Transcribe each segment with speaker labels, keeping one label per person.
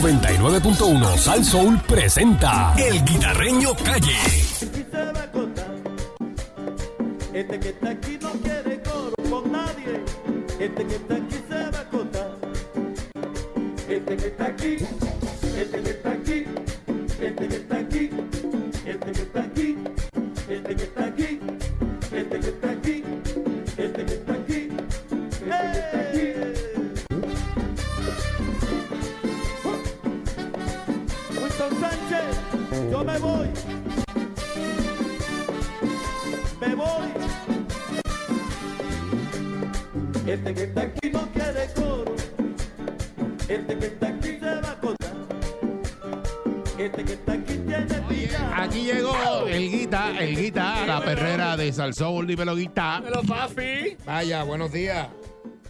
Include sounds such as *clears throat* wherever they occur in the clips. Speaker 1: 99.1 Sal Soul presenta El Guitarreño Calle.
Speaker 2: Y se va a contar. Este que está aquí no quiere coro con nadie. Este que está aquí se va a contar. Este que está aquí, este que está aquí, este que está aquí, este que está aquí, este que está aquí, este que está aquí, este que está aquí, este que está aquí. Winston Sánchez, yo me voy. me voy. Este que está aquí no quiere coro. Este que está aquí se va a contar. Este que está aquí tiene pillado.
Speaker 3: Aquí llegó el guita, el guita, la perrera de Salsoul, dímelo guita.
Speaker 4: Pero papi,
Speaker 5: Vaya, buenos días.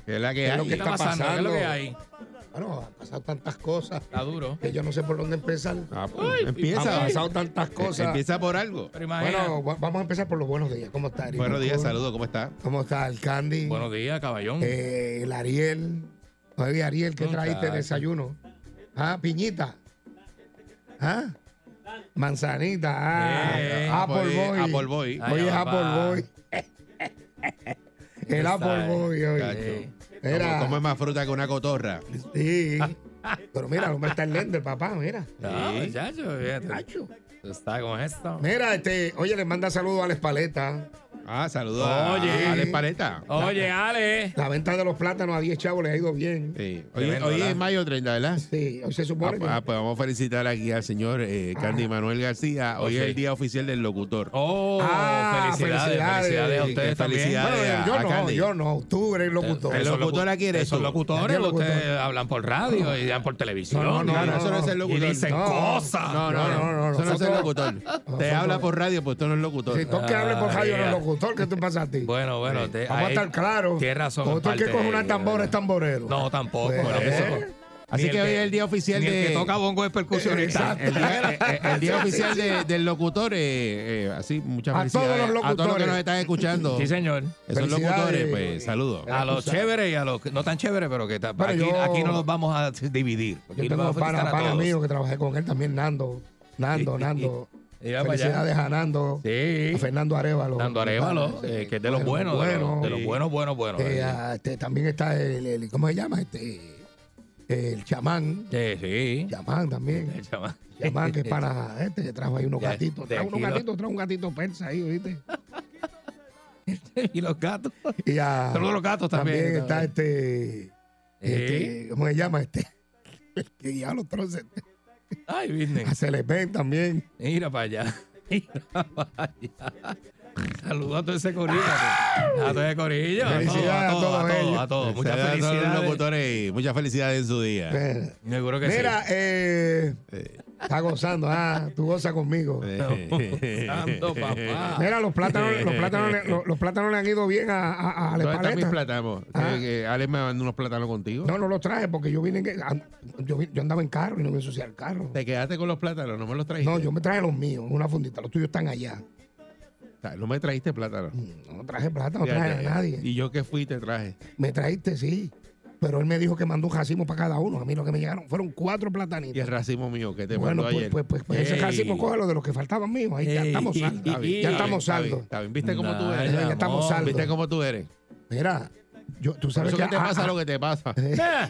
Speaker 3: Que es la que
Speaker 5: Es lo
Speaker 3: hay.
Speaker 5: que
Speaker 4: ¿qué está pasando? ¿Qué es lo que hay?
Speaker 5: Bueno, han pasado tantas cosas
Speaker 4: Está duro.
Speaker 5: que yo no sé por dónde empezar.
Speaker 3: Ah, pues,
Speaker 5: Han
Speaker 3: empieza.
Speaker 5: pasado tantas
Speaker 3: Eh,
Speaker 5: cosas.
Speaker 3: Empieza por algo.
Speaker 4: Pero imagina.
Speaker 5: Bueno, va- vamos a empezar por los buenos días. ¿Cómo está, Eric?
Speaker 3: Buenos días, saludos, ¿cómo está?
Speaker 5: ¿Cómo está el Candy?
Speaker 4: Buenos días, caballón.
Speaker 5: Eh, el Ariel. Oye, Ariel, ¿qué traíste de desayuno? Ah, piñita. Ah, manzanita. Ah,
Speaker 4: Eh,
Speaker 5: Apple
Speaker 3: pues,
Speaker 5: Boy.
Speaker 3: Apple Boy.
Speaker 4: Ay,
Speaker 5: Hoy es
Speaker 4: papá.
Speaker 5: Apple Boy. *laughs* el Apple
Speaker 4: sabes,
Speaker 5: Boy
Speaker 3: eh,
Speaker 5: hoy.
Speaker 3: Cacho.
Speaker 5: Era-
Speaker 3: Como come más fruta que una cotorra.
Speaker 5: Sí. Pero mira, el hombre está el lente, papá, mira.
Speaker 4: No,
Speaker 3: Sí.
Speaker 4: muchacho, fíjate.
Speaker 5: Nacho.
Speaker 4: Está con esto.
Speaker 5: Mira, este, oye, le manda saludos a la espaleta.
Speaker 3: Ah, saludos a-
Speaker 4: Oye. Oh,
Speaker 3: a Alex Paleta.
Speaker 4: Oye, Ale.
Speaker 5: La venta de los plátanos a 10 chavos le ha ido bien.
Speaker 3: Sí. Hoy,
Speaker 4: Tremendo,
Speaker 3: hoy
Speaker 4: ¿verdad?
Speaker 3: es mayo 30, ¿verdad?
Speaker 5: Sí, hoy se
Speaker 3: Ah,
Speaker 5: supone
Speaker 3: pues, ah,
Speaker 5: que.
Speaker 3: pues vamos a felicitar aquí al señor eh, Candy Manuel García. Hoy
Speaker 4: Oh,
Speaker 3: es
Speaker 4: sí.
Speaker 3: el día oficial del locutor.
Speaker 4: Oh,
Speaker 5: Ah,
Speaker 4: felicidades,
Speaker 5: felicidades.
Speaker 4: felicidades. a
Speaker 3: Que
Speaker 4: ustedes también.
Speaker 3: felicidades.
Speaker 5: Bueno,
Speaker 4: eh,
Speaker 3: a-
Speaker 5: yo
Speaker 3: a
Speaker 5: no,
Speaker 3: Candy.
Speaker 5: yo no. Tú eres locutor.
Speaker 3: El
Speaker 4: Esos
Speaker 3: locutor
Speaker 4: locu-
Speaker 3: aquí eres
Speaker 4: esos
Speaker 3: tú.
Speaker 4: locutores,
Speaker 5: Aquí el locutor.
Speaker 4: ustedes hablan por radio y dan por televisión.
Speaker 5: No, no,
Speaker 3: Ah, No,
Speaker 4: y-
Speaker 3: no, eso no es el
Speaker 5: no.
Speaker 3: locutor.
Speaker 4: Y dicen
Speaker 5: No.
Speaker 4: cosas.
Speaker 3: No, no,
Speaker 5: No, no, no,
Speaker 3: no. Ah, Eso no es el
Speaker 5: nosotros- *laughs*
Speaker 3: locutor. Te habla por radio, pues esto no es locutor.
Speaker 5: Si tú que hables por
Speaker 4: Ah,
Speaker 5: radio, no
Speaker 4: ya.
Speaker 5: eres locutor, ¿qué te pasa a ti?
Speaker 4: Bueno, bueno. te-
Speaker 5: Vamos a
Speaker 4: ahí-
Speaker 5: estar claros.
Speaker 4: Tienes razón. en
Speaker 5: O tú el que
Speaker 4: parte,
Speaker 5: coge una tambora
Speaker 4: eh,
Speaker 5: es tamborero.
Speaker 4: No, tampoco.
Speaker 5: Pues,
Speaker 4: por
Speaker 5: ¿eh?
Speaker 4: eso.
Speaker 3: Así
Speaker 4: Ni
Speaker 3: que hoy es el día oficial
Speaker 4: ni el
Speaker 3: de-
Speaker 4: que toca bongo es percusionista.
Speaker 3: El
Speaker 5: *laughs*
Speaker 3: día, eh, eh, el día oficial de- del locutor, eh, eh, así, muchas
Speaker 5: A
Speaker 3: felicidades.
Speaker 5: todos los
Speaker 3: A todos los que
Speaker 5: locutores.
Speaker 3: nos están escuchando.
Speaker 4: Sí, señor.
Speaker 3: Esos
Speaker 5: Felicidades.
Speaker 3: locutores, pues, saludos.
Speaker 4: A los chéveres y a los que- no tan chéveres, pero que ta-
Speaker 5: Pero
Speaker 4: aquí,
Speaker 5: yo-
Speaker 4: aquí no los vamos a dividir. Aquí los
Speaker 5: Yo tengo
Speaker 4: vamos a felicitar
Speaker 5: para,
Speaker 4: a
Speaker 5: para
Speaker 4: todos.
Speaker 5: mío que trabajé con él también, Nando. Nando, Nando.
Speaker 4: Mira para allá.
Speaker 5: Felicidades a Nando.
Speaker 4: Sí.
Speaker 5: A Fernando Arevalo.
Speaker 4: Dando Arevalo, eh, que es de los buenos, de los- de los
Speaker 5: sí.
Speaker 4: buenos, buenos, buenos.
Speaker 5: Eh,
Speaker 4: eh.
Speaker 5: ah, este, también está el, el- ¿cómo se llama? Este, el chamán.
Speaker 4: Eh, sí.
Speaker 5: Chamán también.
Speaker 4: *laughs* El chamán.
Speaker 5: Chamán que
Speaker 4: *laughs*
Speaker 5: es para este que trajo ahí unos
Speaker 4: Ya,
Speaker 5: gatitos.
Speaker 4: de
Speaker 5: Trajo unos
Speaker 4: aquí lo-
Speaker 5: gatitos, trajo un gatito persa ahí, ¿viste?
Speaker 4: *laughs* *laughs* y los gatos.
Speaker 5: Y a,
Speaker 4: Saludos a los gatos también.
Speaker 5: también está este,
Speaker 4: Eh.
Speaker 5: este, ¿cómo se llama este? *laughs* El que guía los troces.
Speaker 4: Ay, Disney.
Speaker 5: A Celebén también.
Speaker 4: Mira para allá. *laughs* Mira para allá. Saludos a todo ese corillo. pues. A todo ese corillo. A todos, a
Speaker 5: Felicidades a
Speaker 4: todos, a
Speaker 5: todos
Speaker 4: todos.
Speaker 5: ellos.
Speaker 4: A todos.
Speaker 3: Muchas
Speaker 4: Muchas
Speaker 3: felicidades. a los
Speaker 4: felicidades.
Speaker 3: locutores y muchas felicidades en su día.
Speaker 5: Eh,
Speaker 4: Seguro que sí.
Speaker 5: Mira, eh, está gozando. Ah, tú gozas conmigo.
Speaker 3: Eh. *laughs*
Speaker 4: Santo papá.
Speaker 5: Mira, los plátanos, los plátanos, le- los, los plátanos le han ido bien a, a, a Ale
Speaker 3: ¿Dónde están mis
Speaker 5: Paleta.
Speaker 3: plátanos?
Speaker 5: Ah.
Speaker 3: Eh, que Alex me mandó unos plátanos contigo.
Speaker 5: No, no los traje porque yo vine, en- an- yo, vi- yo andaba en carro y no me ensucié el carro.
Speaker 3: Te quedaste con los plátanos, no me los trajiste.
Speaker 5: No, yo me traje los míos, una fundita. Los tuyos están allá. Mm,
Speaker 3: O sea, no me trajiste plátanos.
Speaker 5: No traje plata, no traje a
Speaker 3: Fíjate,
Speaker 5: nadie.
Speaker 3: Y yo que fui te traje.
Speaker 5: Me trajiste, sí. Pero él me dijo que mandó un racimo para cada uno. A mí lo que me llegaron fueron
Speaker 3: Y
Speaker 5: cuatro
Speaker 3: el
Speaker 5: platanitos.
Speaker 3: racimo mío que te
Speaker 5: Bueno,
Speaker 3: mandó
Speaker 5: pues,
Speaker 3: ayer.
Speaker 5: pues, pues, pues ese
Speaker 3: Ey.
Speaker 5: racimo cógelo de los que faltaban míos. Ahí ya
Speaker 4: Ey.
Speaker 5: estamos saldos.
Speaker 3: Está bien,
Speaker 5: Ya
Speaker 3: está
Speaker 5: estamos
Speaker 3: bien, está bien,
Speaker 5: saldos.
Speaker 3: está bien. ¿Viste cómo tú
Speaker 4: Nah,
Speaker 3: eres?
Speaker 5: ya estamos
Speaker 4: amor. *laughs*
Speaker 5: saldos.
Speaker 3: ¿Viste cómo tú eres?
Speaker 5: Mira, yo, tú
Speaker 3: Por
Speaker 5: sabes
Speaker 3: eso
Speaker 5: que,
Speaker 3: que te
Speaker 5: ah,
Speaker 3: pasa
Speaker 5: ah,
Speaker 3: lo que te pasa.
Speaker 4: Ah,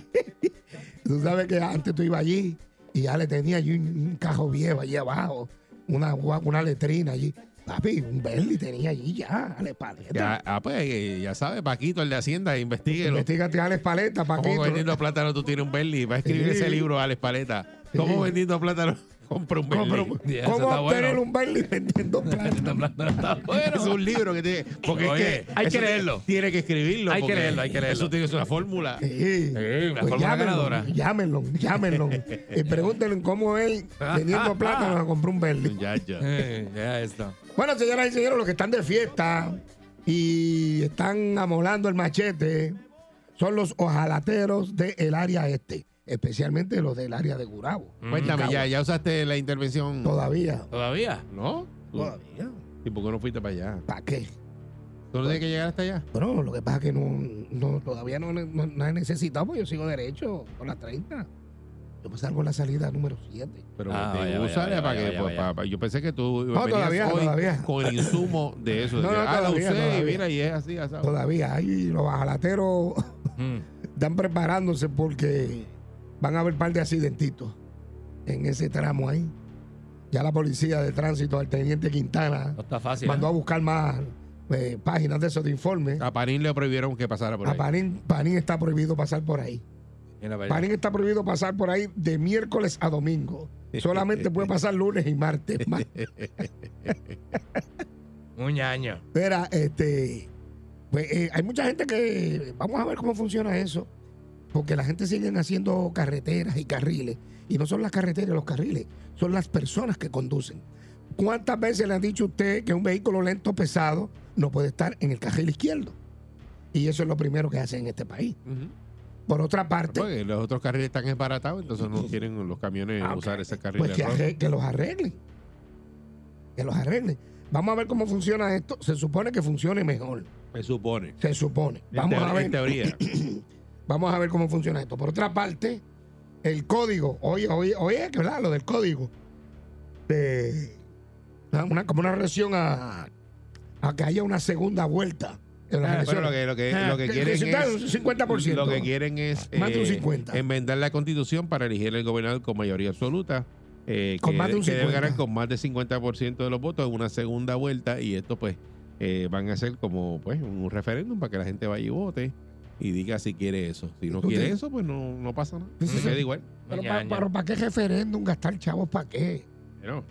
Speaker 5: Tú sabes que antes tú ibas allí y ya le tenía allí un, un cajo viejo allí abajo, una, gua- una letrina allí. Papi, un Bentley tenía allí ya, Alex Paleta.
Speaker 3: Ya, ah, pues, eh, ya sabes, Paquito, el de Hacienda, investiguelo.
Speaker 5: Investígate a Alex Paleta,
Speaker 3: ¿Cómo
Speaker 5: Paquito.
Speaker 3: vendiendo plátano tú tienes un Berli? Va a escribir
Speaker 5: Sí.
Speaker 3: ese libro, Alex Paleta. ¿Cómo
Speaker 5: Sí.
Speaker 3: vendiendo plátano *laughs* compra un Berli?
Speaker 5: ¿Cómo,
Speaker 4: Ya, eso
Speaker 5: cómo
Speaker 4: está
Speaker 5: obtener
Speaker 4: bueno.
Speaker 5: un Bentley vendiendo plata?
Speaker 4: está hablando, está
Speaker 3: *laughs* Es
Speaker 4: bueno.
Speaker 3: un libro que tiene. Porque es
Speaker 4: Oye,
Speaker 3: que
Speaker 4: hay
Speaker 3: eso
Speaker 4: que
Speaker 3: tiene-
Speaker 4: leerlo.
Speaker 3: Tiene que escribirlo.
Speaker 4: Hay que
Speaker 3: porque
Speaker 4: leerlo, hay que leerlo.
Speaker 3: Eso tiene una fórmula.
Speaker 5: Sí.
Speaker 4: Sí, una
Speaker 5: Pues
Speaker 4: forma
Speaker 5: llámenlo,
Speaker 4: ganadora.
Speaker 5: llámenlo, llámenlo. y pregúntenle cómo él, vendiendo plata, compró un Bentley.
Speaker 3: Ya, ya.
Speaker 4: Eh, ya está.
Speaker 5: Bueno, señoras y señores, los que están de fiesta y están amolando el machete son los ojalateros del área este, especialmente los del área de Gurabo.
Speaker 3: Mm.
Speaker 4: Mm,
Speaker 3: *laughs* Cuéntame, ya, ya usaste la intervención.
Speaker 5: Todavía,
Speaker 4: ¿Todavía?
Speaker 3: ¿No?
Speaker 5: todavía.
Speaker 3: ¿Y por qué no fuiste para allá?
Speaker 5: ¿Para qué?
Speaker 3: ¿Tú no tienes que llegar hasta allá?
Speaker 5: Bueno, lo que pasa es pues que no, no- todavía no, no- no he necesitado, porque yo sigo derecho con las 30. Yo Yo me salgo en la salida número 7.
Speaker 3: Pero
Speaker 4: Ah,
Speaker 3: de-
Speaker 4: vaya, vaya,
Speaker 3: úsala
Speaker 4: vaya,
Speaker 3: para que-
Speaker 4: vaya,
Speaker 3: pues,
Speaker 4: vaya.
Speaker 3: pa- pa- yo pensé que tú
Speaker 5: No,
Speaker 3: venías
Speaker 5: todavía,
Speaker 3: hoy
Speaker 5: todavía.
Speaker 3: con el insumo de eso. de
Speaker 5: No,
Speaker 3: que,
Speaker 5: no,
Speaker 3: ah,
Speaker 5: todavía,
Speaker 3: la usé
Speaker 5: todavía.
Speaker 3: y mira, y es así, asado.
Speaker 5: Todavía hay los bajalateros
Speaker 4: Mm.
Speaker 5: *laughs* están preparándose porque van a haber par de accidentitos en ese tramo ahí. Ya la policía de tránsito, al teniente Quintana,
Speaker 4: No está fácil.
Speaker 5: mandó a
Speaker 4: ¿eh?
Speaker 5: buscar más eh, páginas de esos de informes.
Speaker 3: A Parín le prohibieron que pasara por
Speaker 5: A
Speaker 3: ahí.
Speaker 5: Panín, Panín está prohibido pasar por ahí.
Speaker 4: ¿eh? Mira para allá.
Speaker 5: Panín está prohibido pasar por ahí de miércoles a domingo. Solamente puede pasar lunes
Speaker 3: *laughs*
Speaker 5: y martes. Ma-
Speaker 4: Un ñaño.
Speaker 5: Mira, este, pues, eh, hay mucha gente que vamos a ver cómo funciona eso, porque la gente sigue haciendo carreteras y carriles, y no son las carreteras y los carriles, son las personas que conducen. ¿Cuántas veces le han dicho a usted que un vehículo lento pesado no puede estar en el carril izquierdo? Y eso es lo primero que hacen en este país.
Speaker 3: Ujú.
Speaker 5: Por otra parte,
Speaker 3: Porque los otros carriles están esbaratados, entonces no quieren los camiones
Speaker 5: Ah, ok.
Speaker 3: usar ese carril.
Speaker 5: Pues que, arre- que los arreglen. Que los arreglen. Vamos a ver cómo funciona esto. Se supone que funcione mejor.
Speaker 3: Se supone.
Speaker 5: Se supone.
Speaker 3: En
Speaker 5: Vamos
Speaker 3: teoría-
Speaker 5: a
Speaker 3: En
Speaker 5: ver.
Speaker 3: teoría.
Speaker 5: Vamos a ver cómo funciona esto. Por otra parte, el código. Oye, oye, oye, que verdad, lo del código. De, una- una- como una reacción a, a que haya una segunda vuelta. En las
Speaker 3: Ah, pero
Speaker 5: elecciones.
Speaker 3: lo que, lo que,
Speaker 5: Ah,
Speaker 3: lo que
Speaker 5: que-
Speaker 3: quieren
Speaker 5: que si está
Speaker 3: es.
Speaker 5: un 50%.
Speaker 3: Lo que quieren es. eh,
Speaker 5: Más de un 50.
Speaker 3: Enmendar la constitución para elegir el gobernador con mayoría absoluta. eh,
Speaker 5: Con
Speaker 3: que,
Speaker 5: más de un
Speaker 3: que debe
Speaker 5: 50.
Speaker 3: ganar con más de 50% de los votos en una segunda vuelta. Y esto, pues, eh, van a ser como pues un referéndum para que la gente vaya y vote y diga si quiere eso. Si no
Speaker 5: ¿Tú
Speaker 3: quiere
Speaker 5: te-
Speaker 3: eso, pues no, no pasa nada.
Speaker 5: Sí, sí,
Speaker 3: Se
Speaker 5: sí.
Speaker 3: queda igual.
Speaker 5: Pero
Speaker 4: Un
Speaker 5: pa-
Speaker 4: ñaño.
Speaker 5: pero ¿para qué referéndum gastar chavos? ¿Para qué?
Speaker 3: Pero,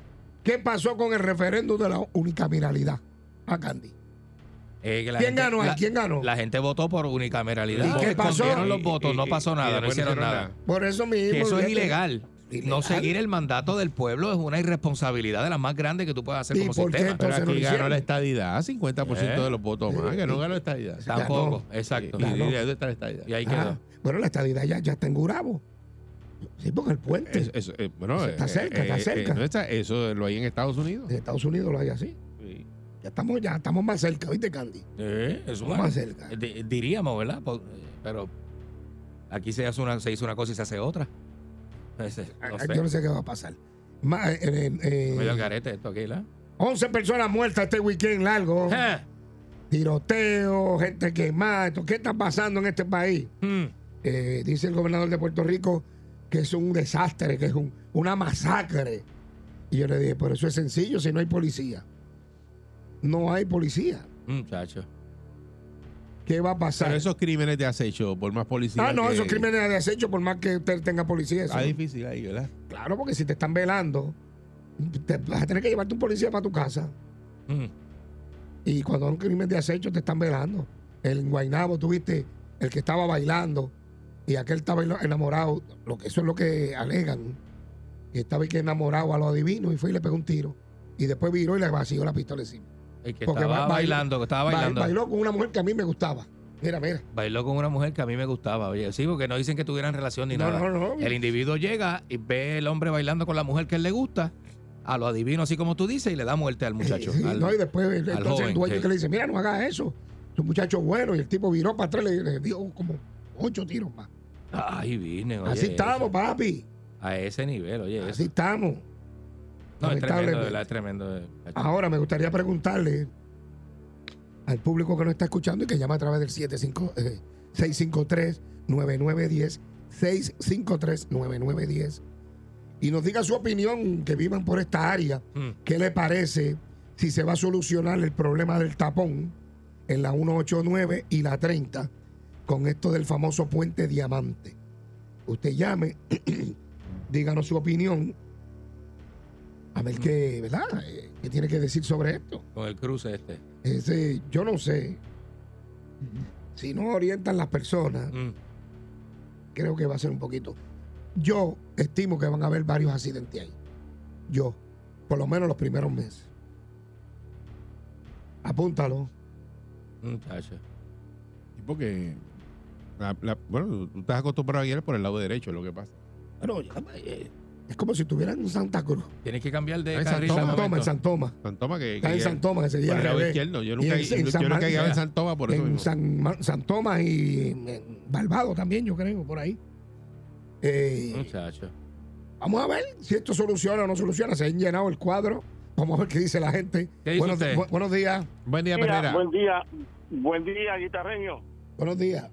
Speaker 5: ¿Qué pasó con el referéndum de la unicameralidad? A Candy.
Speaker 4: Eh, que la
Speaker 5: ¿Quién
Speaker 4: gente-
Speaker 5: ganó ahí?
Speaker 4: la-
Speaker 5: ¿Quién ganó?
Speaker 4: La gente votó por unicameralidad.
Speaker 5: ¿Y qué pasó?
Speaker 4: Escondieron los
Speaker 3: Y-
Speaker 4: votos,
Speaker 3: y-
Speaker 4: no pasó
Speaker 3: y
Speaker 4: nada, no
Speaker 3: después
Speaker 4: hicieron nada.
Speaker 5: Por eso mismo.
Speaker 4: Que eso es
Speaker 5: olvídate.
Speaker 4: ilegal. No
Speaker 5: Ilegal.
Speaker 4: seguir el mandato del pueblo es una irresponsabilidad de las más grandes que tú puedes hacer
Speaker 5: ¿Y
Speaker 4: como
Speaker 5: por qué
Speaker 4: sistema.
Speaker 3: Pero
Speaker 5: Entonces no
Speaker 3: aquí ganó
Speaker 5: hicieron.
Speaker 3: la estadidad, 50%
Speaker 4: Eh.
Speaker 3: de los votos más. Que no ganó la estadidad.
Speaker 4: Tampoco, exacto.
Speaker 3: Y, y
Speaker 5: Ganó.
Speaker 3: dile, ¿dónde está la estadidad?
Speaker 4: Y ahí
Speaker 5: Ah,
Speaker 4: quedó.
Speaker 5: bueno, la estadidad ya, ya está en Gurabo. Sí, porque el puente
Speaker 3: Eso- eso, eh, bueno,
Speaker 5: Eso está
Speaker 3: eh,
Speaker 5: cerca, está
Speaker 3: eh, eh,
Speaker 5: cerca.
Speaker 3: no está- eso lo hay en Estados Unidos.
Speaker 5: en Estados Unidos lo hay así. Ya estamos, ya estamos más cerca, ¿viste, Candy?
Speaker 4: Eh, eso
Speaker 5: Estamos
Speaker 4: es.
Speaker 5: más cerca.
Speaker 4: Di- Diríamos, ¿verdad? Por- Pero aquí se, hace una, se hizo una cosa y se hace otra. Ese-
Speaker 5: Ah,
Speaker 4: No sé.
Speaker 5: Yo no sé qué va a pasar. Ma- eh, eh, eh,
Speaker 4: Medio al garete esto aquí, ¿verdad?
Speaker 5: 11 personas muertas este
Speaker 4: *laughs*
Speaker 5: weekend largo.
Speaker 4: Ja.
Speaker 5: Tiroteo, gente quemada. esto, ¿Qué está pasando en este país?
Speaker 4: Mm.
Speaker 5: Eh, dice el gobernador de Puerto Rico que es un desastre, que es un- una masacre. Y yo le dije, pero eso es sencillo si no hay policía. No hay policía.
Speaker 4: Muchacho.
Speaker 5: ¿Qué va a pasar?
Speaker 3: Pero esos crímenes de acecho, por más policía.
Speaker 5: ah, no,
Speaker 3: que-
Speaker 5: esos crímenes de acecho, por más que usted tenga policía. eso
Speaker 3: Está
Speaker 5: no.
Speaker 3: difícil ahí, ¿verdad?
Speaker 5: Claro, porque si te están velando, te vas a tener que llevarte un policía para tu casa.
Speaker 4: Mm.
Speaker 5: Y cuando hay un crimen de acecho, te están velando. El Guainabo, tuviste, el que estaba bailando y aquel estaba eno- enamorado, lo que, eso es lo que alegan. Que estaba y que enamorado a lo adivino y fue y le pegó un tiro. Y después viró y le vació la pistola encima.
Speaker 4: El que
Speaker 5: Porque
Speaker 4: estaba
Speaker 5: ba- bailó-
Speaker 4: bailando, que estaba
Speaker 5: Ba-
Speaker 4: bailando.
Speaker 5: Bailó con una mujer que a mí me gustaba. Mira, mira.
Speaker 4: Bailó con una mujer que a mí me gustaba, oye. Sí, porque no dicen que tuvieran relación ni
Speaker 5: No,
Speaker 4: nada.
Speaker 5: no, no.
Speaker 4: El individuo llega y ve el hombre bailando con la mujer que él le gusta, a lo adivino así como tú dices, y le da muerte al muchacho.
Speaker 5: Sí,
Speaker 4: al-
Speaker 5: no, y después el-
Speaker 4: al
Speaker 5: entonces el
Speaker 4: joven,
Speaker 5: dueño
Speaker 4: sí.
Speaker 5: que le dice, mira, no hagas eso. Es un muchacho bueno. Y el tipo viró para atrás y le, le dio como ocho tiros más.
Speaker 4: Ay, vine, oye,
Speaker 5: Así estamos,
Speaker 4: eso.
Speaker 5: papi.
Speaker 4: A ese nivel, oye.
Speaker 5: Así
Speaker 4: eso.
Speaker 5: estamos.
Speaker 4: No, es tremendo,
Speaker 5: lamentablemente. Ah.
Speaker 4: de verdad, es tremendo. eh, muchacho.
Speaker 5: Ahora me gustaría preguntarle al público que nos está escuchando y que llama a través del 75, eh, 653-9910, 653-9910, y nos diga su opinión, que vivan por esta área.
Speaker 4: Mm.
Speaker 5: ¿Qué le parece si se va a solucionar el problema del tapón en la 189 y la 30 con esto del famoso puente diamante? Usted llame, *clears throat* díganos su opinión, a ver qué, ¿verdad? Eh, ¿Qué tiene que decir sobre esto?
Speaker 4: Con el cruce este.
Speaker 5: Ese, yo no sé. Si no orientan las personas,
Speaker 4: Mm.
Speaker 5: creo que va a ser un poquito. Yo estimo que van a haber varios accidentes ahí. Yo, por lo menos los primeros meses. Apúntalo.
Speaker 4: Muchacho.
Speaker 3: Sí, Porque. la- la- bueno, tú estás acostumbrado a guiar por el lado derecho, es lo que pasa.
Speaker 5: Bueno, ya, eh, es como si estuvieran en Santa Cruz.
Speaker 4: Tienes que cambiar de
Speaker 3: Ay, San
Speaker 4: carril.
Speaker 3: Toma,
Speaker 4: al
Speaker 5: San Toma,
Speaker 4: momento.
Speaker 5: en San Toma.
Speaker 3: San Toma que. que
Speaker 5: Está en
Speaker 3: guía
Speaker 5: San Toma, que se
Speaker 3: Por
Speaker 5: guía
Speaker 3: el
Speaker 5: al
Speaker 3: lado
Speaker 5: revés.
Speaker 3: izquierdo. Yo nunca,
Speaker 5: en-
Speaker 3: yo,
Speaker 5: en San
Speaker 3: yo nunca
Speaker 5: Mar-
Speaker 3: guiaba en San Toma por eso
Speaker 5: en
Speaker 3: mismo.
Speaker 5: San, Ma- San Tomás y en, en Barbados también, yo creo, por ahí. Eh,
Speaker 4: Muchacho.
Speaker 5: Vamos a ver si esto soluciona o no soluciona. Se han llenado el cuadro. Vamos a ver qué dice la gente.
Speaker 4: ¿Qué dice
Speaker 5: buenos,
Speaker 4: usted?
Speaker 5: bu- buenos días.
Speaker 3: Buen día,
Speaker 6: Mira,
Speaker 3: Perrera.
Speaker 6: buen día, buen día, guitarreño.
Speaker 5: Buenos días.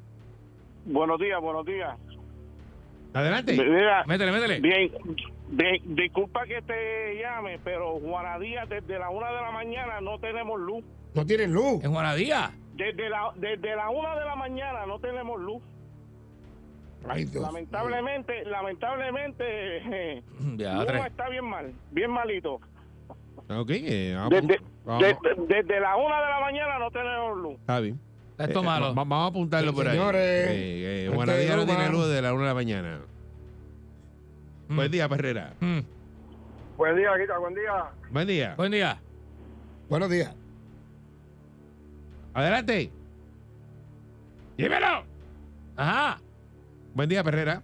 Speaker 6: Buenos días, buenos días.
Speaker 3: Adelante.
Speaker 6: Mira,
Speaker 4: Métele, métele.
Speaker 6: bien, bien, disculpa que te llame, pero Juanadía, desde la una de la mañana no tenemos luz.
Speaker 5: No tienen luz.
Speaker 4: En Juanadía.
Speaker 6: Desde la, desde la una de la mañana no tenemos luz.
Speaker 5: Ay, Dios.
Speaker 6: Lamentablemente, lamentablemente, eh,
Speaker 4: Ya,
Speaker 6: Luma
Speaker 4: tres.
Speaker 6: está bien mal, bien malito.
Speaker 3: Ok, eh, vamos.
Speaker 6: Desde,
Speaker 3: vamos.
Speaker 6: desde- desde la una de la mañana no tenemos luz.
Speaker 3: Está bien.
Speaker 4: Esto
Speaker 3: Eh,
Speaker 4: malo.
Speaker 3: va- vamos a apuntarlo por
Speaker 5: Señores,
Speaker 3: ahí. Eh, eh, Juana
Speaker 5: gente de
Speaker 3: Díaz no
Speaker 5: Luma.
Speaker 3: tiene luz de la 1 de la mañana.
Speaker 4: Mm.
Speaker 3: Buen día, Perrera.
Speaker 4: Mm.
Speaker 6: Buen día, Guita, buen día.
Speaker 3: Buen día.
Speaker 4: Buen día.
Speaker 5: Buenos días.
Speaker 3: Adelante. Dímelo.
Speaker 4: Ajá.
Speaker 3: Buen día, Perrera.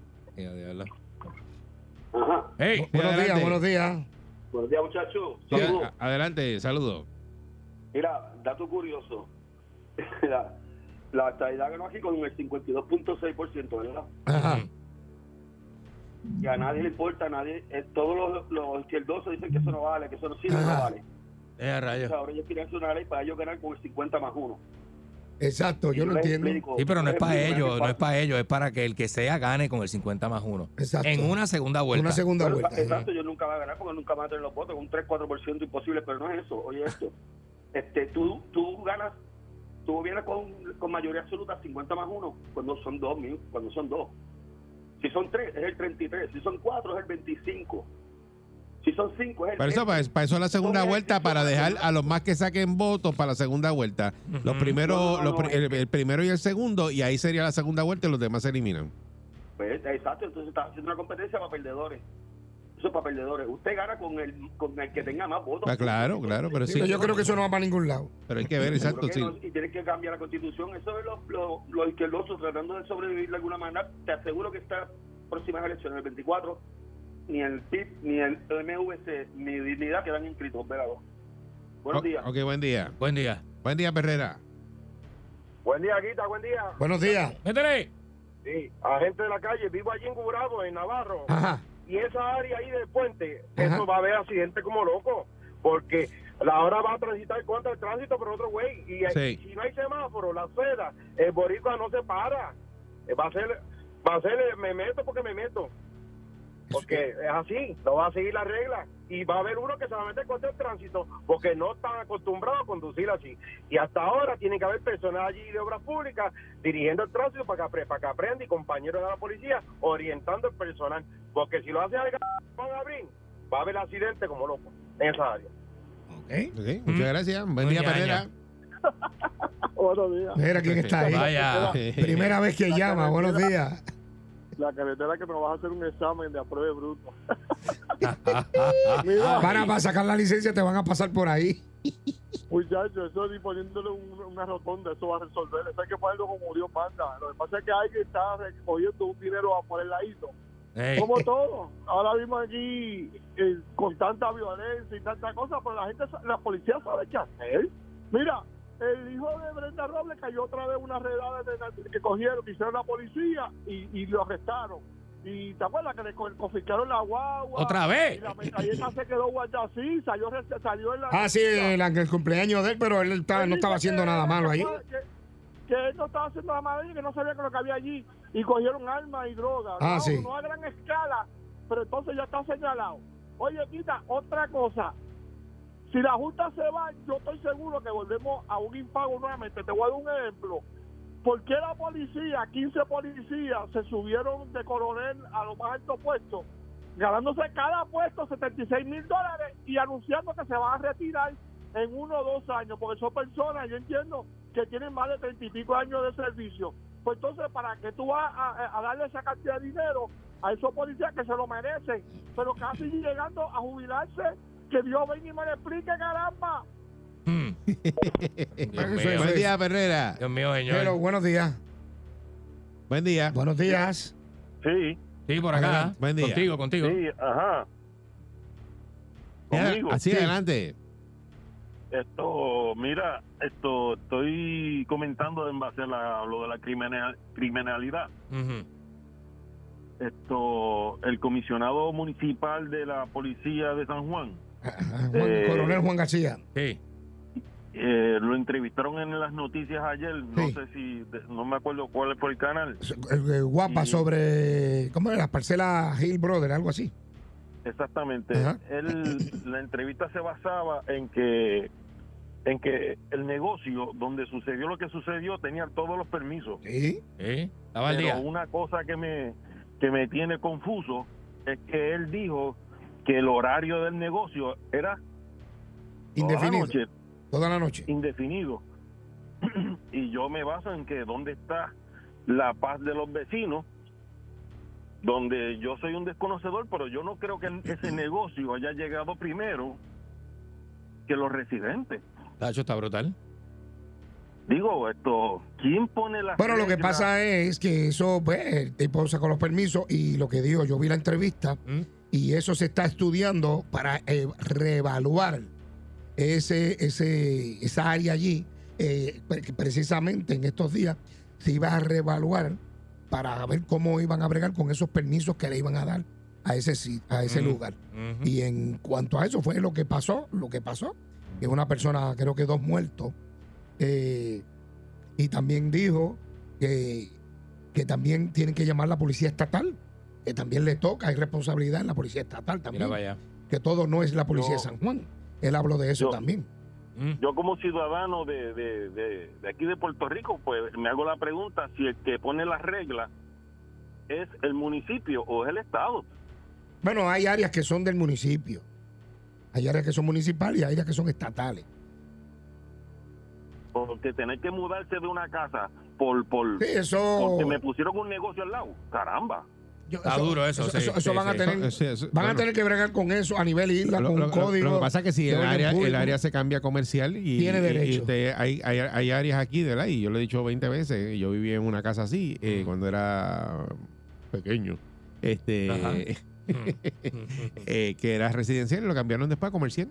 Speaker 4: Hey.
Speaker 3: Sí,
Speaker 5: Buenos días,
Speaker 3: adelante.
Speaker 5: buenos días.
Speaker 7: Buenos días, muchachos.
Speaker 3: Sí, Ah.
Speaker 7: Saludos.
Speaker 3: a- adelante, saludos.
Speaker 7: Mira, dato curioso. *laughs* la, la actualidad ganó aquí con el 52.6%, ¿verdad?
Speaker 5: Ajá.
Speaker 7: Y a nadie le importa, a nadie. eh, todos los, los izquierdosos dicen que eso no vale, que eso no sirve, no
Speaker 5: Ajá.
Speaker 7: vale.
Speaker 4: Eh,
Speaker 7: O
Speaker 4: rayos.
Speaker 7: sea, ahora ellos quieren hacer una ley para ellos ganar con el 50 más 1.
Speaker 5: Exacto, yo lo entiendo.
Speaker 4: Sí, pero no es para ellos, no es para ellos, es para que el que sea gane con el 50 más 1.
Speaker 5: Exacto.
Speaker 4: En una segunda vuelta.
Speaker 5: Una segunda vuelta.
Speaker 7: Exacto, ellos nunca van a ganar porque nunca van a tener los votos, con un 3-4% imposible, pero no es eso. Oye, esto. este, tú, tú ganas, tú vienes con, con mayoría absoluta 50 más 1, cuando son 2, cuando son 2. Si son 3, es el 33. Si son 4, es el 25. Si son 5, es el
Speaker 3: Para eso, pues-
Speaker 7: 20.
Speaker 5: Este,
Speaker 3: para, para eso es la segunda vuelta, para dejar a los más que saquen votos para la segunda vuelta. Los primeros, los pri- el, el primero y el segundo, y ahí sería la segunda vuelta y los demás se eliminan.
Speaker 7: Pues, exacto, entonces está haciendo una competencia para perdedores. Eso es para perdedores. Usted gana con el, con el que tenga más votos.
Speaker 3: Está Ah, claro, claro, pero sí.
Speaker 5: Pero yo creo que eso no va para ningún lado.
Speaker 3: Pero hay que ver, exacto,
Speaker 7: Seguro que
Speaker 3: sí.
Speaker 7: no, y tienen que cambiar la constitución. Eso es los, los, los izquierdosos tratando de sobrevivir de alguna manera. Te aseguro que estas próximas elecciones, el 24, ni el PIB, ni el MVC, ni Dignidad quedan inscritos, velador. Buenos
Speaker 3: O-
Speaker 7: días.
Speaker 3: Ok, buen día.
Speaker 4: Buen día.
Speaker 3: Buen día, Perrera.
Speaker 6: Buen día, Guita, buen día.
Speaker 5: Buenos días.
Speaker 4: Métele.
Speaker 6: Sí, a gente de la calle, vivo allí en Gurabo, en
Speaker 3: Ah,
Speaker 6: Navarro.
Speaker 5: Ajá.
Speaker 6: y esa área ahí del puente,
Speaker 5: Ajá.
Speaker 6: eso va a haber accidentes como loco, porque la hora va a transitar contra el tránsito por otro güey, y
Speaker 3: Sí.
Speaker 6: si no hay semáforo, la seda, el boricua no se para, Eh, va a ser, va a ser, eh, me meto porque me meto, porque es así, no va a seguir la regla, y va a haber uno que se va a meter contra el tránsito, porque no están acostumbrados a conducir así, y hasta ahora tiene que haber personal allí de obras públicas dirigiendo el tránsito para que, apre- para que aprenda y compañeros de la policía orientando el personal, porque si lo hace alguien, van a abrir, va a haber accidente como loco en esa área.
Speaker 5: Ok.
Speaker 3: Ok, muchas gracias. Buen
Speaker 4: Mm. Buen
Speaker 3: día,
Speaker 4: día,
Speaker 3: Perrera.
Speaker 6: Buenos días.
Speaker 5: Mira quién está ahí.
Speaker 4: Vaya.
Speaker 5: Primera vez que llama. Buenos días.
Speaker 6: La carretera que me vas a hacer un examen de apruebe bruto.
Speaker 5: Van a para sacar la licencia, te van a pasar por ahí.
Speaker 6: Muchachos, eso ni poniéndole un- una rotonda, eso va a resolver. Eso hay que ponerlo como Dios manda. Lo que pasa es que alguien está recogiendo un dinero a por el ladito.
Speaker 4: Ey.
Speaker 6: Como todo. Ahora mismo aquí, eh, con tanta violencia y tanta cosa, pero la gente, sa- la policía sabe qué hacer. Mira, el hijo de Brenda Robles cayó otra vez una redada de nar- que cogieron, que hicieron la policía y, y lo arrestaron. Y te acuerdas que le co- confiscaron la guagua.
Speaker 4: Otra vez.
Speaker 6: Y la metralleta se quedó guardada así, salió, rece- salió en la.
Speaker 5: Ah, sí, el, el cumpleaños de él, pero él estaba- no estaba haciendo nada malo ahí.
Speaker 6: Que, que él no estaba haciendo nada malo ahí, que no sabía que lo que había allí. Y cogieron armas y drogas.
Speaker 5: Ah,
Speaker 6: no,
Speaker 5: sí.
Speaker 6: no a gran escala, pero entonces ya está señalado. Oye, quita, otra cosa. Si la Junta se va, yo estoy seguro que volvemos a un impago nuevamente. Te voy a dar un ejemplo. ¿Por qué la policía, 15 policías, se subieron de coronel a los más altos puestos, ganándose cada puesto 76 mil dólares y anunciando que se van a retirar en uno o dos años? Porque son personas, yo entiendo, que tienen más de 30 y pico años de servicio. Pues entonces, ¿para qué tú vas a, a darle esa cantidad de dinero a esos policías que se lo merecen? Pero casi llegando a jubilarse, que Dios venga y me lo explique, caramba.
Speaker 4: Mm. Dios mío.
Speaker 3: *laughs* Buen día, Perrera.
Speaker 4: Dios mío,
Speaker 5: Pero
Speaker 4: señor.
Speaker 5: buenos días.
Speaker 3: Buen día.
Speaker 5: Buenos días.
Speaker 6: Sí,
Speaker 4: Sí, por acá.
Speaker 3: Adelante. Buen día.
Speaker 4: Contigo, contigo.
Speaker 6: ajá.
Speaker 3: Ya, Así, adelante.
Speaker 6: Esto, mira, esto, estoy comentando en base a la- lo de la criminal- criminalidad.
Speaker 4: Ujú.
Speaker 8: esto el comisionado municipal de la policía de San Juan.
Speaker 5: Ajá, Juan-
Speaker 8: Eh,
Speaker 5: Coronel Juan García.
Speaker 3: Sí.
Speaker 8: Eh, lo entrevistaron en las noticias ayer, no
Speaker 5: Sí.
Speaker 8: sé si, de- no me acuerdo cuál es por el canal.
Speaker 5: so- el- el eh, guapa
Speaker 8: y-
Speaker 5: sobre. ¿Cómo era? La parcela Hill Brother, algo así.
Speaker 8: Exactamente.
Speaker 5: Ajá.
Speaker 8: Él, la entrevista se basaba en que en que el negocio donde sucedió lo que sucedió tenía todos los permisos.
Speaker 5: Sí.
Speaker 4: ¿Eh? Estaba al
Speaker 8: Pero
Speaker 4: día.
Speaker 8: una cosa que me que me tiene confuso es que él dijo que el horario del negocio era toda la
Speaker 5: Indefinido.
Speaker 8: noche,
Speaker 5: Toda la noche.
Speaker 8: indefinido. *clears throat* y yo me baso en que dónde está la paz de los vecinos, donde yo soy un desconocedor, pero yo no creo que ese negocio haya llegado primero que los residentes.
Speaker 4: Tacho, está brutal.
Speaker 8: Digo, esto, ¿quién pone la...
Speaker 5: Bueno, lo que pasa es que eso, pues, el tipo sacó los permisos y lo que digo, yo vi la entrevista
Speaker 4: ¿Mm?
Speaker 5: y eso se está estudiando para eh, reevaluar ese, ese, esa área allí, eh, porque precisamente en estos días se iba a reevaluar para ver cómo iban a bregar con esos permisos que le iban a dar a ese, sit- a ese
Speaker 4: Mm.
Speaker 5: lugar.
Speaker 4: Ujú.
Speaker 5: Y en cuanto a eso fue lo que pasó, lo que pasó, que una persona, creo que dos muertos, eh, y también dijo que, que también tienen que llamar a la policía estatal, que también le toca, hay responsabilidad en la policía estatal
Speaker 4: Mira
Speaker 5: también,
Speaker 4: para allá.
Speaker 5: que todo no es la policía
Speaker 8: Yo-
Speaker 5: de San Juan. Él habló de eso
Speaker 8: Yo-
Speaker 5: también.
Speaker 4: Mm.
Speaker 8: Yo como ciudadano de, de, de- de aquí de Puerto Rico, pues me hago la pregunta si el que pone las reglas es el municipio o es el Estado.
Speaker 5: Bueno, hay áreas que son del municipio, hay áreas que son municipales y hay áreas que son estatales.
Speaker 8: Porque tener que mudarse de una casa por, por,
Speaker 5: Sí, eso,
Speaker 8: porque me pusieron un negocio al lado. Caramba.
Speaker 5: yo-
Speaker 4: Está duro eso, sí,
Speaker 5: eso
Speaker 4: sí,
Speaker 5: van a
Speaker 4: sí.
Speaker 5: tener...
Speaker 3: Eso- Eh, eso-
Speaker 5: Van a
Speaker 3: bueno,
Speaker 5: tener que bregar con eso a nivel isla,
Speaker 3: lo,
Speaker 5: con
Speaker 3: lo-
Speaker 5: un
Speaker 3: lo-
Speaker 5: código.
Speaker 3: lo que pasa es que si
Speaker 5: de
Speaker 3: el
Speaker 5: orden
Speaker 3: área, el
Speaker 5: público.
Speaker 3: área se cambia a comercial y,
Speaker 5: Tiene
Speaker 3: y- y
Speaker 5: derecho.
Speaker 3: usted- hay, hay- hay áreas aquí, ¿verdad? Y yo lo he dicho 20 veces, yo viví en una casa así eh, cuando era pequeño. Este,
Speaker 4: Ajá.
Speaker 3: eh, que era residencial y lo cambiaron después a comercial.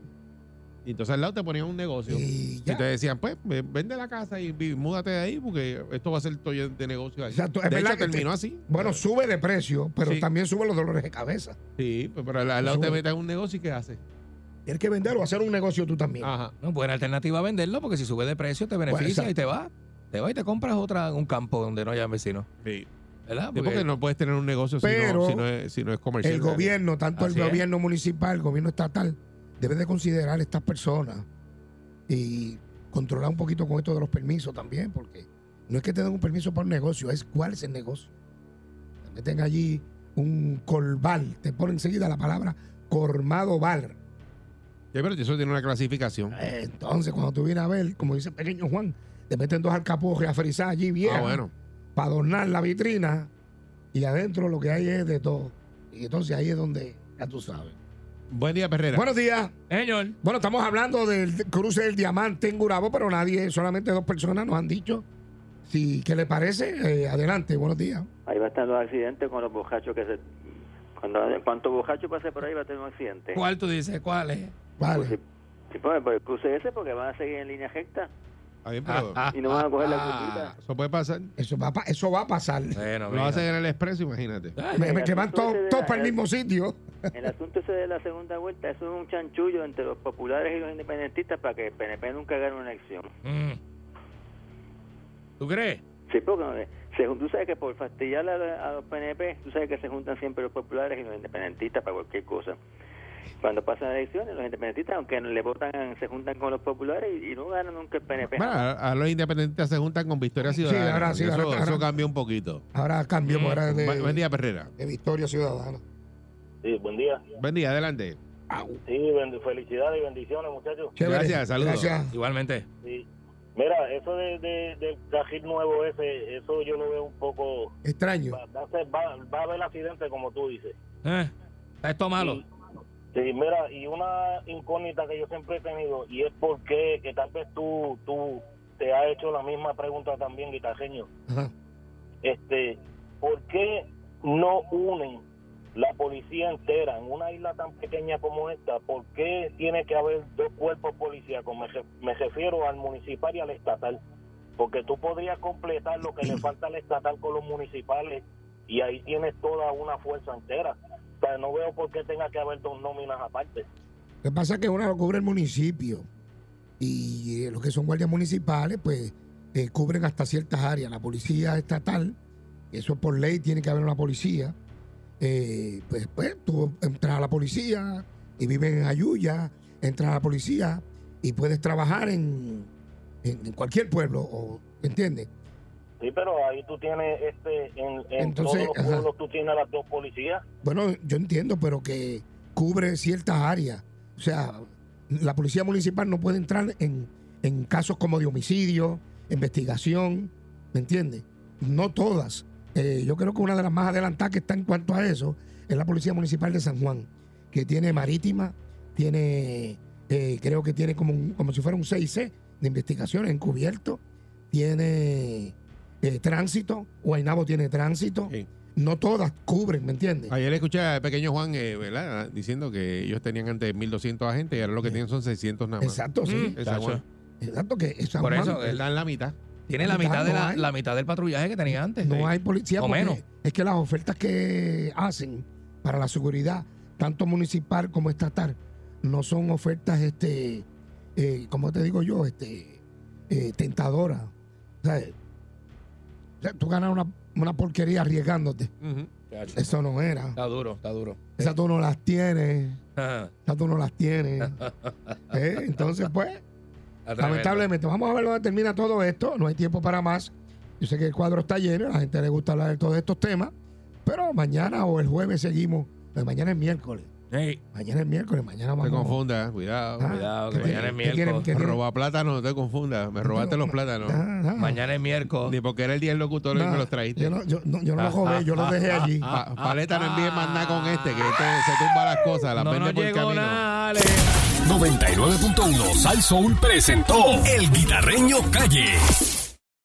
Speaker 3: Y entonces al lado te ponían un negocio.
Speaker 5: Y
Speaker 3: Y
Speaker 5: ya.
Speaker 3: te decían, pues, ve- vende la casa y vi- múdate de ahí porque esto va a ser tuyo de negocio. Ahí.
Speaker 5: Exacto, es
Speaker 3: de
Speaker 5: verdad
Speaker 3: hecho,
Speaker 5: que este te-
Speaker 3: terminó así.
Speaker 5: Bueno, sube de precio, pero
Speaker 3: Sí.
Speaker 5: también sube los dolores de cabeza.
Speaker 3: Sí, pues, pero al al lado
Speaker 5: Sube.
Speaker 3: te meten un negocio y ¿qué haces?
Speaker 5: Tienes que vender o hacer un negocio tú también.
Speaker 3: Ajá.
Speaker 4: *laughs* No, buena alternativa a venderlo porque si sube de precio te beneficia
Speaker 5: Pues, exacto.
Speaker 4: y te va. Te va y te compras otra, un campo donde no haya vecinos.
Speaker 3: Sí.
Speaker 4: ¿Verdad?
Speaker 3: Sí, Ah, porque no puedes tener un negocio si,
Speaker 5: Pero
Speaker 3: no, si, no es, si no es comercial.
Speaker 5: el gobierno, tanto
Speaker 4: Así
Speaker 5: el
Speaker 4: es.
Speaker 5: gobierno municipal, el gobierno estatal, debe de considerar a estas personas y controlar un poquito con esto de los permisos también, porque no es que te den un permiso para un negocio, es cuál es el negocio. Te meten allí un corval, te ponen enseguida la palabra cormado bar.
Speaker 3: Sí, pero eso tiene una clasificación. Ah,
Speaker 5: Eh, Entonces, cuando tú vienes a ver, como dice pequeño Juan, te meten dos alcapurrias a frizar allí bien
Speaker 3: Ah, bueno.
Speaker 5: para adornar la vitrina y adentro lo que hay es de todo. Y entonces ahí es donde ya tú sabes.
Speaker 3: Buen día, Perrera.
Speaker 5: Buenos días.
Speaker 4: Señor.
Speaker 5: Bueno, estamos hablando del cruce del diamante en Gurabo, pero nadie, solamente dos personas nos han dicho si qué le parece. Eh, adelante, buenos días.
Speaker 9: Ahí va a estar los accidentes con los borrachos que se... Cuando, en cuanto borracho pase por ahí va a tener un accidente.
Speaker 4: ¿Cuál tú dices? ¿Cuál es?
Speaker 5: *laughs* Vale.
Speaker 9: Sí, pues, pues, cruce ese porque van a seguir en línea recta
Speaker 3: Está bien, pero Ah,
Speaker 9: y no van a coger la curvita.
Speaker 3: eso puede pasar.
Speaker 5: Eso va, a pa- eso va a pasar.
Speaker 4: Bueno,
Speaker 3: Lo
Speaker 4: mira.
Speaker 3: hacen en el expreso, imagínate.
Speaker 5: Me, me- que van todos
Speaker 9: Entonces,
Speaker 5: todos para el
Speaker 9: eh,
Speaker 5: mismo sitio.
Speaker 9: El asunto ese de la segunda vuelta, eso es un chanchullo entre los populares y los independentistas para que el PNP nunca gane una elección.
Speaker 4: Mm. ¿Tú crees?
Speaker 9: Sí, porque no le- se, jun- tú sabes que por fastidiar a, la- a los PNP, tú sabes que se juntan siempre los populares y los independentistas para cualquier cosa. Cuando pasan las elecciones, los independentistas, aunque no le votan, se juntan con los populares y, y no ganan nunca el PNP.
Speaker 3: Bueno, a, a los independentistas se juntan con Victoria
Speaker 5: Sí,
Speaker 3: Ciudadana.
Speaker 5: ahora sí,
Speaker 3: eso,
Speaker 5: ahora- ahora-
Speaker 3: eso cambia un poquito.
Speaker 5: Ahora cambio,
Speaker 4: Mm,
Speaker 5: ahora de,
Speaker 3: Bu- buen día, Perrera.
Speaker 5: de Victoria Ciudadana.
Speaker 8: Sí, buen día.
Speaker 3: Buen día, adelante.
Speaker 8: Sí, felicidades y bendiciones, muchachos.
Speaker 5: Chévere.
Speaker 3: Gracias, saludos.
Speaker 5: Gracias.
Speaker 4: Igualmente.
Speaker 8: Mira, eso de, del cajil nuevo ese, eso yo lo veo un poco...
Speaker 5: Extraño.
Speaker 8: va, a haber accidente como tú dices.
Speaker 4: Eh, está Esto malo.
Speaker 8: Sí, mira, y una incógnita que yo siempre he tenido, y es porque que tal vez tú, tú te has hecho la misma pregunta también, guitarreño.
Speaker 5: Ajá.
Speaker 8: Este, ¿Por qué no unen la policía entera en una isla tan pequeña como esta? ¿Por qué tiene que haber dos cuerpos policíacos? Me, re- me refiero al municipal y al estatal. Porque tú podrías completar lo que le falta al estatal con los municipales
Speaker 10: y ahí tienes toda una fuerza entera. O sea, no veo por qué tenga que haber dos nóminas aparte.
Speaker 5: Lo que pasa es que una lo cubre el municipio y eh, los que son guardias municipales, pues eh, cubren hasta ciertas áreas. La policía estatal, eso por ley tiene que haber una policía. Eh, pues, pues tú entras a la policía y vives en Ayuya, entras a la policía y puedes trabajar en, en- en cualquier pueblo, o, ¿entiendes?
Speaker 10: Sí, pero ahí tú tienes, este, en, en
Speaker 5: Entonces,
Speaker 10: todos los
Speaker 5: ajá.
Speaker 10: pueblos tú tienes a las dos policías.
Speaker 5: Bueno, yo entiendo, pero que cubre ciertas áreas. O sea, la policía municipal no puede entrar en, en casos como de homicidio, investigación, ¿me entiendes? No todas. Eh, yo creo que una de las más adelantadas que está en cuanto a eso es la policía municipal de San Juan, que tiene marítima, tiene, eh, creo que tiene como, un- como si fuera un 6C de investigaciones encubierto, tiene eh, tránsito, Guaynabo tiene tránsito.
Speaker 3: Sí.
Speaker 5: No todas cubren, ¿me entiendes?
Speaker 3: Ayer escuché al pequeño Juan, eh, ¿verdad? Diciendo que ellos tenían antes 1.200 agentes y ahora lo que tienen son 600 nada más.
Speaker 5: Exacto, sí.
Speaker 3: En San Juan.
Speaker 4: Tacho.
Speaker 5: Exacto, que en San
Speaker 4: Mm. Por
Speaker 5: Juan
Speaker 4: eso, él
Speaker 3: Están en la mitad.
Speaker 4: tiene la
Speaker 5: mitad
Speaker 4: mitad, de
Speaker 5: no
Speaker 4: la,
Speaker 5: hay.
Speaker 4: la mitad del patrullaje que tenía antes.
Speaker 5: no hay policía.
Speaker 4: eh, O
Speaker 5: porque
Speaker 4: menos.
Speaker 5: Es que las ofertas que hacen para la seguridad, tanto municipal como estatal, no son ofertas, este, eh, como te digo yo, este, eh, tentadoras. ¿Sabes? O sea, tú ganas una, una porquería arriesgándote.
Speaker 3: Ujú.
Speaker 5: Eso no era.
Speaker 4: Está duro, está duro.
Speaker 5: Esas tú no las tienes.
Speaker 4: Ajá.
Speaker 5: Esas tú no las tienes.
Speaker 4: *laughs*
Speaker 5: ¿Eh? Entonces, pues,
Speaker 4: Está tremendo.
Speaker 5: Lamentablemente, vamos a ver dónde termina todo esto. No hay tiempo para más. Yo sé que el cuadro está lleno, a la gente le gusta hablar de todos estos temas, pero mañana o el jueves seguimos. Pues mañana es miércoles.
Speaker 4: Ey,
Speaker 5: Mañana es miércoles, mañana
Speaker 3: No te
Speaker 5: vamos.
Speaker 3: confundas, cuidado.
Speaker 5: Ah,
Speaker 4: cuidado,
Speaker 5: ¿qué
Speaker 4: que
Speaker 5: tiene-
Speaker 4: mañana es
Speaker 5: qué tiene-
Speaker 4: miércoles.
Speaker 5: qué tiene-
Speaker 3: Roba plátano, no te confundas. Me robaste los plátanos.
Speaker 5: Ah, ah,
Speaker 4: Mañana es miércoles.
Speaker 3: Ni porque era el 10 locutor y
Speaker 5: nah,
Speaker 3: me los trajiste.
Speaker 5: Yo no, yo, no, yo no
Speaker 4: Ah,
Speaker 5: lo robé, yo lo dejé allí.
Speaker 3: Pa- paleta no envíes más nada con este, que este se tumba las cosas, las
Speaker 4: No
Speaker 3: vende
Speaker 4: nos
Speaker 3: por el
Speaker 4: llegó
Speaker 3: camino.
Speaker 4: nada, Ale.
Speaker 1: 99.1 Sal Soul presentó El Guitarreño Calle.